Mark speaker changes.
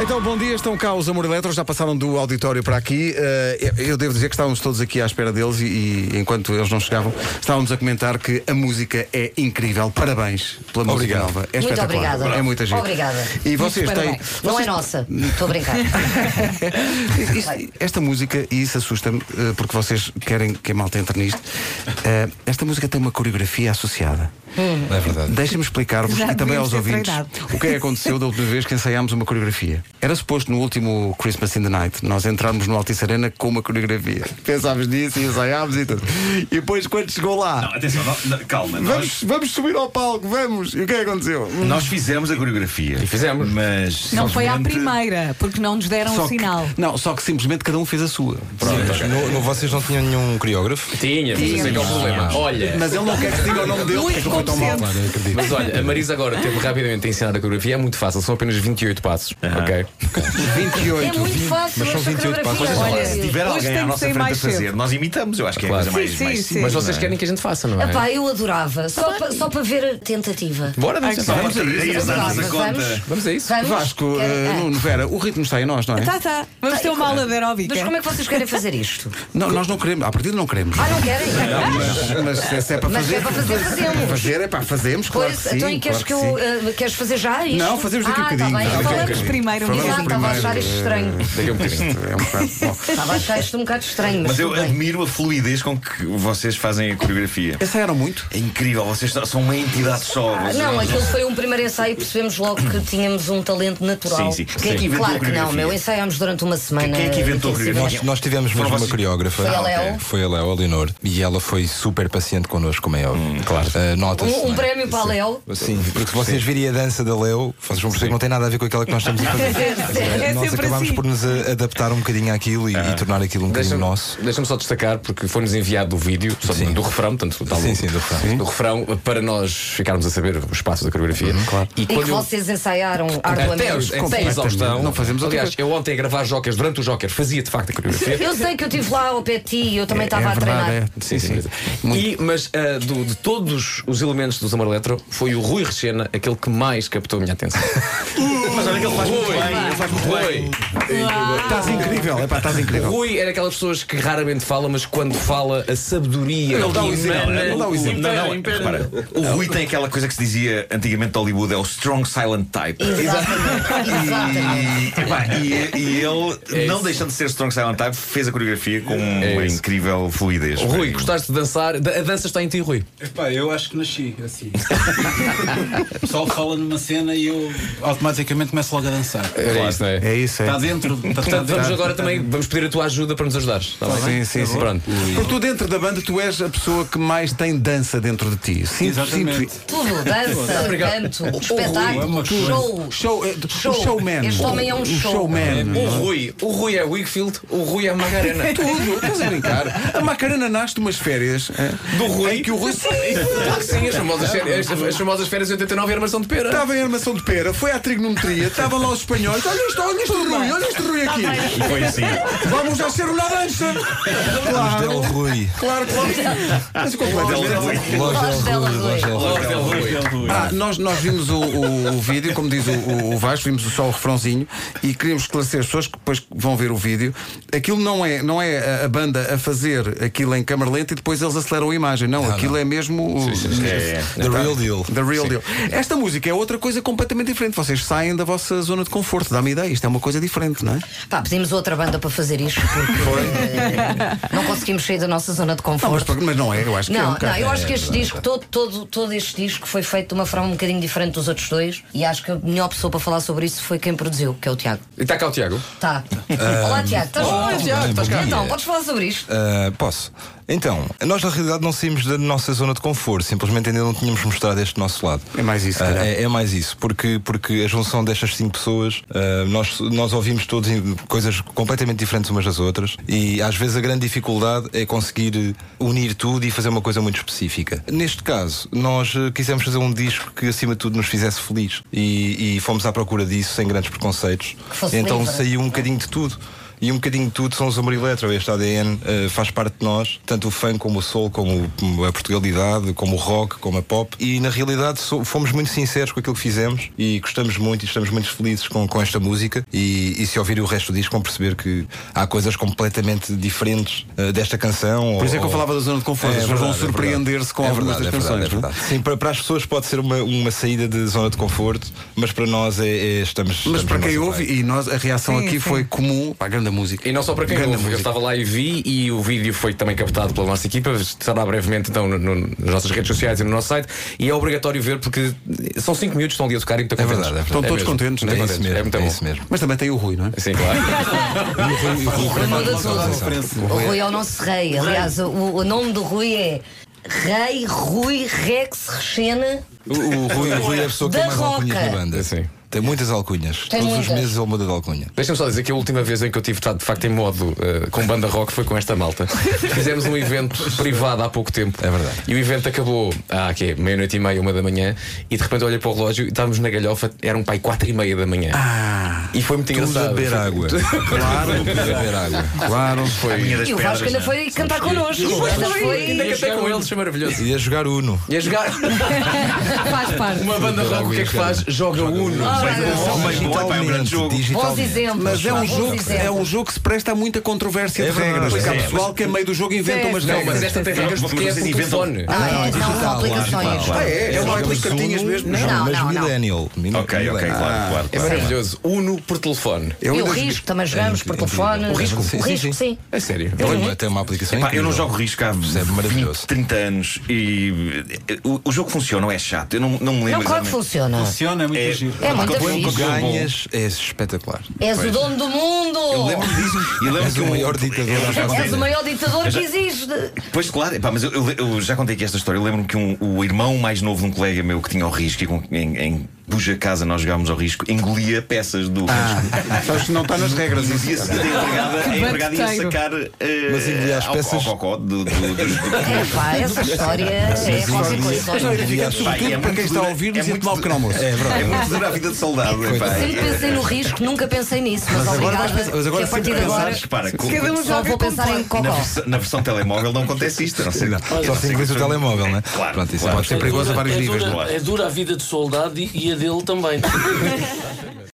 Speaker 1: Então, bom dia, estão cá os Amor Eletro, já passaram do auditório para aqui. Eh, eu eu devo dizer que estávamos todos aqui à espera deles e, e enquanto eles não chegavam, estávamos a comentar que a música é incrível. Parabéns pela música
Speaker 2: Obrigado.
Speaker 1: nova. É
Speaker 3: Muito
Speaker 1: espetacular.
Speaker 3: obrigada.
Speaker 1: É muita gente.
Speaker 3: Obrigada.
Speaker 1: E vocês
Speaker 4: Muito
Speaker 1: têm.
Speaker 4: parabéns.
Speaker 3: Não
Speaker 1: vocês-
Speaker 3: é nossa. Estou a brincar.
Speaker 1: Isto- esta música, e isso assusta-me, eh, porque vocês querem que a malta entre nisto, eh, esta música tem uma coreografia associada.
Speaker 2: É verdade.
Speaker 1: Deixem-me explicar-vos
Speaker 4: Hum. Já
Speaker 1: e também aos
Speaker 4: devíamos
Speaker 1: ouvintes
Speaker 4: ter
Speaker 1: o que é que aconteceu da última vez que ensaiámos uma coreografia. Era suposto no último Christmas in the Night nós entrarmos no Altice Arena com uma coreografia. Pensámos nisso e ensaiámos e tudo. E depois quando chegou
Speaker 5: Não,
Speaker 1: lá,
Speaker 5: atenção, no- no- calma.
Speaker 1: vamos,
Speaker 5: Nós,
Speaker 1: vamos subir ao palco, vamos. E o que é que aconteceu?
Speaker 4: Um
Speaker 5: nós fizemos a coreografia.
Speaker 2: fizemos.
Speaker 5: Mas.
Speaker 4: Não foi à
Speaker 5: simplesmente-
Speaker 4: primeira, porque não nos deram o
Speaker 1: que-
Speaker 4: sinal.
Speaker 1: não, só que simplesmente cada um fez a sua.
Speaker 2: No, no- vocês não tinham nenhum coreógrafo?
Speaker 6: Tinha, mas esse é que é o problema. Olha,
Speaker 1: Mas ele não quer que se diga o nome dele.
Speaker 4: Muito consciente.
Speaker 2: Claro, eu acredito.
Speaker 6: mas olha, a Marisa agora teve rapidamente a ensinar a coreografia, é muito fácil, são apenas 28 passos, ok?
Speaker 3: É
Speaker 1: 28.
Speaker 3: muito fácil.
Speaker 2: mas são
Speaker 3: esta
Speaker 2: 28
Speaker 3: coreografia.
Speaker 2: passos.
Speaker 4: Olha,
Speaker 5: Se tiver
Speaker 4: Hoje
Speaker 5: alguém
Speaker 4: tem
Speaker 5: à
Speaker 4: que
Speaker 5: nossa
Speaker 4: ser
Speaker 5: frente a
Speaker 4: mais cedo.
Speaker 5: fazer, nós imitamos. Eu acho que é a
Speaker 6: Claro.
Speaker 5: coisa mais,
Speaker 4: Sim, sim,
Speaker 5: mais simples,
Speaker 4: sim.
Speaker 6: Mas vocês
Speaker 5: não é?
Speaker 6: querem que a gente faça, não é?
Speaker 3: Epá, eu adorava. Só para só para ver a tentativa.
Speaker 6: Bora, vamos,
Speaker 4: Ai,
Speaker 6: a,
Speaker 5: Vamos a
Speaker 3: Vamos,
Speaker 5: isso, vamos é, a
Speaker 3: vamos.
Speaker 5: conta.
Speaker 6: vamos a isso.
Speaker 3: Vamos?
Speaker 1: Vasco,
Speaker 3: Querem-
Speaker 1: eh,
Speaker 3: Ah.
Speaker 1: Nuno Vera, o ritmo está em nós, não é?
Speaker 3: Então,
Speaker 4: Tá, tá. Vamos ter uma aula de aeróbica.
Speaker 3: Mas como é que vocês querem fazer isto?
Speaker 1: Não, nós não queremos, à partida não queremos. Então,
Speaker 3: Ah, não querem?
Speaker 1: Mas se- se é para
Speaker 3: Mas
Speaker 1: fazer.
Speaker 3: é para fazer, fazemos.
Speaker 1: Fazer é para fazemos, claro
Speaker 3: Pois,
Speaker 1: que sim.
Speaker 3: então e queres
Speaker 1: claro
Speaker 3: que eu.
Speaker 1: sim.
Speaker 3: eh, queres fazer já isto?
Speaker 1: Não, fazemos daqui a
Speaker 3: ah,
Speaker 1: bocadinho,
Speaker 3: Tá bem,
Speaker 1: daqui a
Speaker 3: tá bem.
Speaker 4: Falamos primeiro um
Speaker 1: Falamos eh,
Speaker 4: dia.
Speaker 3: Exato, estava a achar isto estranho.
Speaker 6: Daqui a um bocadinho.
Speaker 1: É um bocado. Bom,
Speaker 3: Estava a achar isto um bocado estranho. Mas,
Speaker 5: Mas eu
Speaker 3: tudo bem.
Speaker 5: admiro a fluidez com que vocês fazem a coreografia.
Speaker 1: ensaiaram muito.
Speaker 5: É incrível, vocês são- são uma entidade só.
Speaker 3: Ah,
Speaker 5: vocês-
Speaker 3: Não, aquilo foi um primeiro ensaio e percebemos logo que tínhamos um talento natural.
Speaker 5: Sim, sim.
Speaker 3: Quem é que
Speaker 5: Sim.
Speaker 3: inventou
Speaker 5: Claro
Speaker 3: Claro que não,
Speaker 5: coreografia?
Speaker 3: meu. Ensaiámos durante uma semana.
Speaker 5: Quem é que inventou a
Speaker 3: intensiva.
Speaker 5: coreografia?
Speaker 2: Nós, nós tivemos
Speaker 5: Foram
Speaker 2: mesmo uma
Speaker 5: vocês?
Speaker 2: coreógrafa.
Speaker 3: Foi a
Speaker 2: Ah, ok.
Speaker 3: Léo?
Speaker 2: Foi a Léo, a Leonor. E ela foi super paciente connosco, como é óbvio. claro. notas.
Speaker 1: é?
Speaker 3: Um- um prémio para a Léo.
Speaker 2: é? Sim, porque se vocês virem a dança da Léo, vocês vão perceber que não tem nada a ver com aquela que nós estamos a fazer. Ah,
Speaker 4: É
Speaker 2: nós
Speaker 4: sempre
Speaker 2: acabámos
Speaker 4: assim.
Speaker 2: por nos a- adaptar um bocadinho àquilo e, e tornar aquilo um bocadinho
Speaker 6: Deixa-me
Speaker 2: nosso.
Speaker 6: deixa-me só destacar, porque foi-nos enviado o vídeo só do- do refrão, portanto, tal,
Speaker 2: Sim, sim, do refrão. Sim.
Speaker 6: do refrão, para nós ficarmos a saber os passos da coreografia. claro.
Speaker 3: E que vocês ensaiaram
Speaker 6: Até
Speaker 3: arduamente.
Speaker 6: os- até a
Speaker 3: Bem,
Speaker 6: exaustão.
Speaker 1: Não fazemos outra
Speaker 6: Aliás, eu ontem a gravar jokers durante o joker fazia de facto a coreografia.
Speaker 3: Eu sei que eu estive lá ao pé de ti e eu também
Speaker 1: É-
Speaker 3: estava
Speaker 1: é
Speaker 3: a
Speaker 1: verdade,
Speaker 3: treinar.
Speaker 1: é. Sim, sim.
Speaker 6: E, mas ah, do- de todos os elementos dos Amor Eletro, foi o Rui Rechena aquele que mais captou a minha atenção.
Speaker 5: Mas olha que ele faz muito bem, ele faz muito bem.
Speaker 6: Rui,
Speaker 1: Estás incrível, é pá, estás incrível.
Speaker 6: Rui era aquelas pessoas que raramente fala, mas quando fala, a sabedoria.
Speaker 1: Ele dá o exemplo,
Speaker 6: emana-
Speaker 1: ele dá o exemplo.
Speaker 5: Não, não, repara, o Rui tem aquela coisa que se dizia antigamente de Hollywood, é o strong silent type.
Speaker 1: é.
Speaker 5: E, epá, e- e ele, não deixando de ser strong silent type, fez a coreografia com uma
Speaker 6: isso.
Speaker 5: incrível fluidez.
Speaker 6: Rui, gostaste de dançar? Da- A dança está em ti, Rui.
Speaker 7: Epá, eu acho que nasci assim. o pessoal fala numa cena e eu automaticamente começo logo a dançar.
Speaker 6: Era isso, não é?
Speaker 1: É isso,
Speaker 2: Tá
Speaker 7: Está
Speaker 1: é.
Speaker 7: dentro. Está
Speaker 6: Portanto, vamos
Speaker 7: dentro.
Speaker 6: agora também vamos pedir a tua ajuda para nos ajudares. Está tá
Speaker 1: Sim,
Speaker 6: bem?
Speaker 1: sim, sim.
Speaker 6: Pronto.
Speaker 1: Porque tu dentro da banda tu és a pessoa que mais tem dança dentro de ti. Sinto,
Speaker 7: Exatamente.
Speaker 1: sinto.
Speaker 3: Tudo, dança, canto,
Speaker 1: é
Speaker 3: espetáculo, show.
Speaker 1: Show, eh,
Speaker 3: Show.
Speaker 1: um showman.
Speaker 3: Este homem é um show.
Speaker 1: showman.
Speaker 6: O Rui, o Rui é Wigfield, o Rui é Magarena.
Speaker 1: Tudo, estás a brincar. A Macarena nasce de umas férias eh,
Speaker 6: Do Rui.
Speaker 1: em que o Rui
Speaker 6: Claro que sim, as
Speaker 2: É.
Speaker 6: famosas, férias, as, as famosas férias de 89 e armação de pera.
Speaker 2: Tá.
Speaker 1: Estava em armação de pera, foi à trigonometria, estavam lá os espanhóis. Olha isto, olha isto Rui, olha este Rui aqui.
Speaker 5: E foi assim.
Speaker 1: Vamos a ser um uma dança.
Speaker 2: Los Del
Speaker 1: Claro,
Speaker 2: é Rui.
Speaker 1: claro, claro. Mas completamente.
Speaker 2: Los
Speaker 3: Los
Speaker 2: Del
Speaker 3: Del
Speaker 2: Rui. Los Del Rui.
Speaker 6: Logo, Rui.
Speaker 1: Ah, nós, nós vimos o, o- o vídeo, como diz o, o, o Vasco, vimos só o refrãozinho e queríamos esclarecer as pessoas que depois vão ver o vídeo. Aquilo não é, não é a, a banda a fazer aquilo em câmara lenta e depois eles aceleram a imagem. Não, aquilo é mesmo o,
Speaker 5: É,
Speaker 2: The Real Deal.
Speaker 1: The real deal. Esta música é outra coisa completamente diferente. Vocês saem da vossa zona de conforto. Dá-me ideia. Isto é uma coisa diferente, não é?
Speaker 3: Pá, pedimos outra banda para fazer isto porque eh, não conseguimos sair da nossa zona de
Speaker 1: Não, mas,
Speaker 3: conforto.
Speaker 1: mas não é. Eu acho que é um
Speaker 3: Não,
Speaker 1: bocado.
Speaker 3: não, eu acho que este disco, todo, todo, todo este disco foi feito de uma forma um bocadinho diferente dos outros dois e acho que a melhor pessoa para falar sobre isso foi quem produziu, que é o Tiago.
Speaker 6: E está cá o Tiago.
Speaker 3: Tá.
Speaker 1: Ah,
Speaker 3: Olá, Tiago, estás bom?
Speaker 6: Tiago, estás cá.
Speaker 3: Então, podes falar sobre isto?
Speaker 2: Ah, posso? Então, nós na realidade não saímos da nossa zona de conforto, simplesmente ainda não tínhamos mostrado este nosso lado.
Speaker 1: É mais isso, se calhar.
Speaker 2: Ah, é, é mais isso, porque, porque a junção destas cinco pessoas, ah, nós, nós ouvimos todos em- coisas completamente diferentes umas das outras e às vezes a grande dificuldade é conseguir eh, unir tudo e fazer uma coisa muito específica. Neste caso, nós eh, quisemos fazer um disco que acima de tudo nos fizesse feliz e, e fomos à procura disso sem grandes preconceitos.
Speaker 3: Que fosse
Speaker 2: Então
Speaker 3: livre. né?
Speaker 2: saiu um bocadinho de tudo. e um bocadinho de tudo são os Amor Eletro. Este ADN eh, faz parte de nós, tanto o funk como o soul, como, como a portugalidade, como o rock, como a pop. E na realidade so- fomos muito sinceros com aquilo que fizemos e gostamos muito e estamos muito felizes com, com esta música. E, e se ouvirem o resto do disco, vão perceber que há coisas completamente diferentes eh, desta canção.
Speaker 1: Por isso é que eu falava da zona de conforto. As pessoas vão
Speaker 2: verdade, é
Speaker 1: surpreender-se com
Speaker 2: verdade.
Speaker 1: algumas
Speaker 2: verdade,
Speaker 1: das
Speaker 2: verdade,
Speaker 1: canções, não é?
Speaker 2: verdade. Sim, para, para as pessoas pode ser uma, uma saída de zona de conforto, mas para nós é, é- estamos.
Speaker 1: Mas
Speaker 2: estamos
Speaker 1: para
Speaker 2: na
Speaker 1: quem
Speaker 2: nossa
Speaker 1: ouve,
Speaker 2: praia.
Speaker 1: e nós, a reação
Speaker 4: Sim,
Speaker 1: aqui
Speaker 4: sim.
Speaker 1: foi comum, para a grande música.
Speaker 6: E não só para quem
Speaker 1: Grande
Speaker 6: ouve, eu
Speaker 1: música.
Speaker 6: estava lá e vi e o vídeo foi também captado pela nossa equipa, estará brevemente então no- no- nas nossas redes sociais e no nosso site e é obrigatório ver porque são 5 minutos estão ali a tocar e estão
Speaker 2: É verdade, é verdade.
Speaker 1: Estão todos
Speaker 6: mesmo.
Speaker 1: contentes, não
Speaker 2: é,
Speaker 1: é?
Speaker 2: isso mesmo.
Speaker 6: É muito
Speaker 2: é
Speaker 6: bom.
Speaker 2: isso mesmo.
Speaker 1: Mas também tem o Rui, não é?
Speaker 6: Sim, claro.
Speaker 3: O Rui é o nosso rei. Aliás, o, o nome do Rui é Rei Rui Rex Rexena.
Speaker 2: O, o Rui, o Rui é a pessoa que
Speaker 3: Da
Speaker 2: tem mais alcunhas
Speaker 3: Roca.
Speaker 2: na banda.
Speaker 6: Sim.
Speaker 2: Tem muitas alcunhas.
Speaker 3: Tem
Speaker 2: Todos os
Speaker 3: muitas.
Speaker 2: meses ele muda de alcunha.
Speaker 6: Deixa-me só dizer que a última vez em que eu tive estado de facto em modo eh, com banda rock foi com esta malta. Fizemos um evento privado há pouco tempo.
Speaker 2: É verdade.
Speaker 6: E o evento acabou à que meia-noite e meia, uma da manhã, e de repente olhei para o relógio e estávamos na galhofa, eram pai quatro e meia da manhã. e foi muito
Speaker 2: Tudo a
Speaker 6: engraçado.
Speaker 2: beber água. Claro, tudo a beber água.
Speaker 1: Claro.
Speaker 5: Minha das
Speaker 3: E o Vasco
Speaker 5: pedras,
Speaker 3: ainda
Speaker 5: né?
Speaker 3: foi cantar connosco. Mas
Speaker 6: Ainda
Speaker 3: foi.
Speaker 6: cantei com eles, foi maravilhoso.
Speaker 2: E a jogar Uno.
Speaker 6: E a jogar
Speaker 4: Faz parte.
Speaker 6: uma banda rock, o que é que faz? Joga Uno.
Speaker 5: Bem bom, pá, é um grande jogo.
Speaker 3: Bons
Speaker 2: digitalmente.
Speaker 3: exemplos.
Speaker 1: Mas é um,
Speaker 3: bons
Speaker 1: jogo, que-
Speaker 3: exemplos.
Speaker 1: é um jogo que se presta a muita controvérsia
Speaker 2: É
Speaker 1: de
Speaker 2: verdade.
Speaker 1: regras.
Speaker 2: Pois
Speaker 1: Porque
Speaker 5: é,
Speaker 1: há pessoal que a meio do jogo inventa umas
Speaker 6: Não,
Speaker 1: regras.
Speaker 6: mas esta tem regras porque é
Speaker 5: Vocês
Speaker 6: por
Speaker 5: inventam-
Speaker 6: telefone.
Speaker 2: Ah,
Speaker 3: Não, é, não, são aplicações.
Speaker 5: claro, claro.
Speaker 1: é, é uma cartinhas mesmo.
Speaker 3: Não,
Speaker 2: mas
Speaker 3: não, não.
Speaker 2: millennial. Mil-
Speaker 5: Ok, ok,
Speaker 2: millennial.
Speaker 5: claro, claro.
Speaker 6: É
Speaker 5: claro.
Speaker 6: maravilhoso. Uno por telefone.
Speaker 1: Eu
Speaker 3: e o
Speaker 1: ainda-
Speaker 3: risco, também jogamos por telefone. O
Speaker 2: risco?
Speaker 3: O
Speaker 2: Sim, sim,
Speaker 3: risco, sim.
Speaker 6: É sério.
Speaker 2: Tem uma- Tem uma aplicação.
Speaker 5: Pá, eu não
Speaker 2: incrível.
Speaker 5: jogo risco há
Speaker 2: Isso é maravilhoso.
Speaker 5: 20, 30 anos e eh, o, o jogo funciona ou é chato? Eu não, não me lembro.
Speaker 3: Não, claro que
Speaker 5: exatamente.
Speaker 3: funciona.
Speaker 7: Funciona, é muito
Speaker 5: É,
Speaker 7: giro.
Speaker 3: É muito fixe.
Speaker 5: quando- quando eu vou-
Speaker 2: Ganhas é espetacular.
Speaker 3: És o dono do mundo.
Speaker 5: Eu lembro-me disso. E lembro
Speaker 2: És
Speaker 5: que
Speaker 2: o
Speaker 5: eu-
Speaker 2: maior ditador
Speaker 5: eu
Speaker 2: da
Speaker 5: já
Speaker 3: És
Speaker 5: contei-
Speaker 3: o maior ditador que existe.
Speaker 5: Pois claro, epá, mas eu, eu- eu já contei aqui esta história. Eu lembro-me que um- o irmão mais novo de um colega meu que tinha o risco e com, em, em cuja casa nós jogámos ao risco, engolia peças do
Speaker 1: Ah,
Speaker 5: risco.
Speaker 1: Sabes que não está nas regras
Speaker 5: E no
Speaker 1: isso.
Speaker 5: dia seguinte a empregada, é a empregada ia
Speaker 4: batuteiro.
Speaker 5: sacar eh,
Speaker 2: Mas engolia as
Speaker 5: ao-
Speaker 2: peças-
Speaker 5: ao cocó do- do- do- do-
Speaker 3: Epá, É, essa história é qualquer
Speaker 1: Não,
Speaker 3: coisa.
Speaker 1: ele fica
Speaker 2: Aliás,
Speaker 5: pá,
Speaker 1: sobretudo
Speaker 5: é
Speaker 1: para
Speaker 5: muito
Speaker 1: quem está a
Speaker 5: dura-
Speaker 1: ouvir-nos
Speaker 5: é
Speaker 1: e a
Speaker 5: muito
Speaker 1: tomar o
Speaker 5: du-
Speaker 1: pequeno almoço.
Speaker 2: É verdade.
Speaker 5: É muito dura a vida de soldado. epá.
Speaker 3: Sempre pensei no risco, nunca pensei nisso, mas, obrigada.
Speaker 1: vais pensar- mas agora
Speaker 3: que a partir de
Speaker 1: sempre
Speaker 3: agora
Speaker 5: Mas repara, com-
Speaker 4: Cada um
Speaker 3: só
Speaker 4: joga
Speaker 3: vou
Speaker 4: como
Speaker 3: pensar em
Speaker 4: pode.
Speaker 5: na,
Speaker 3: cocó.
Speaker 5: versão- na versão telemóvel não acontece isto. eu Não sei,
Speaker 2: Não, Só se inglês o telemóvel, né?
Speaker 5: Claro,
Speaker 2: Pronto, isso
Speaker 5: claro.
Speaker 2: pode ser perigoso a vários
Speaker 8: é
Speaker 2: níveis.
Speaker 5: não
Speaker 8: Dura,
Speaker 5: é?
Speaker 8: é dura a vida de soldado e, e a dele também.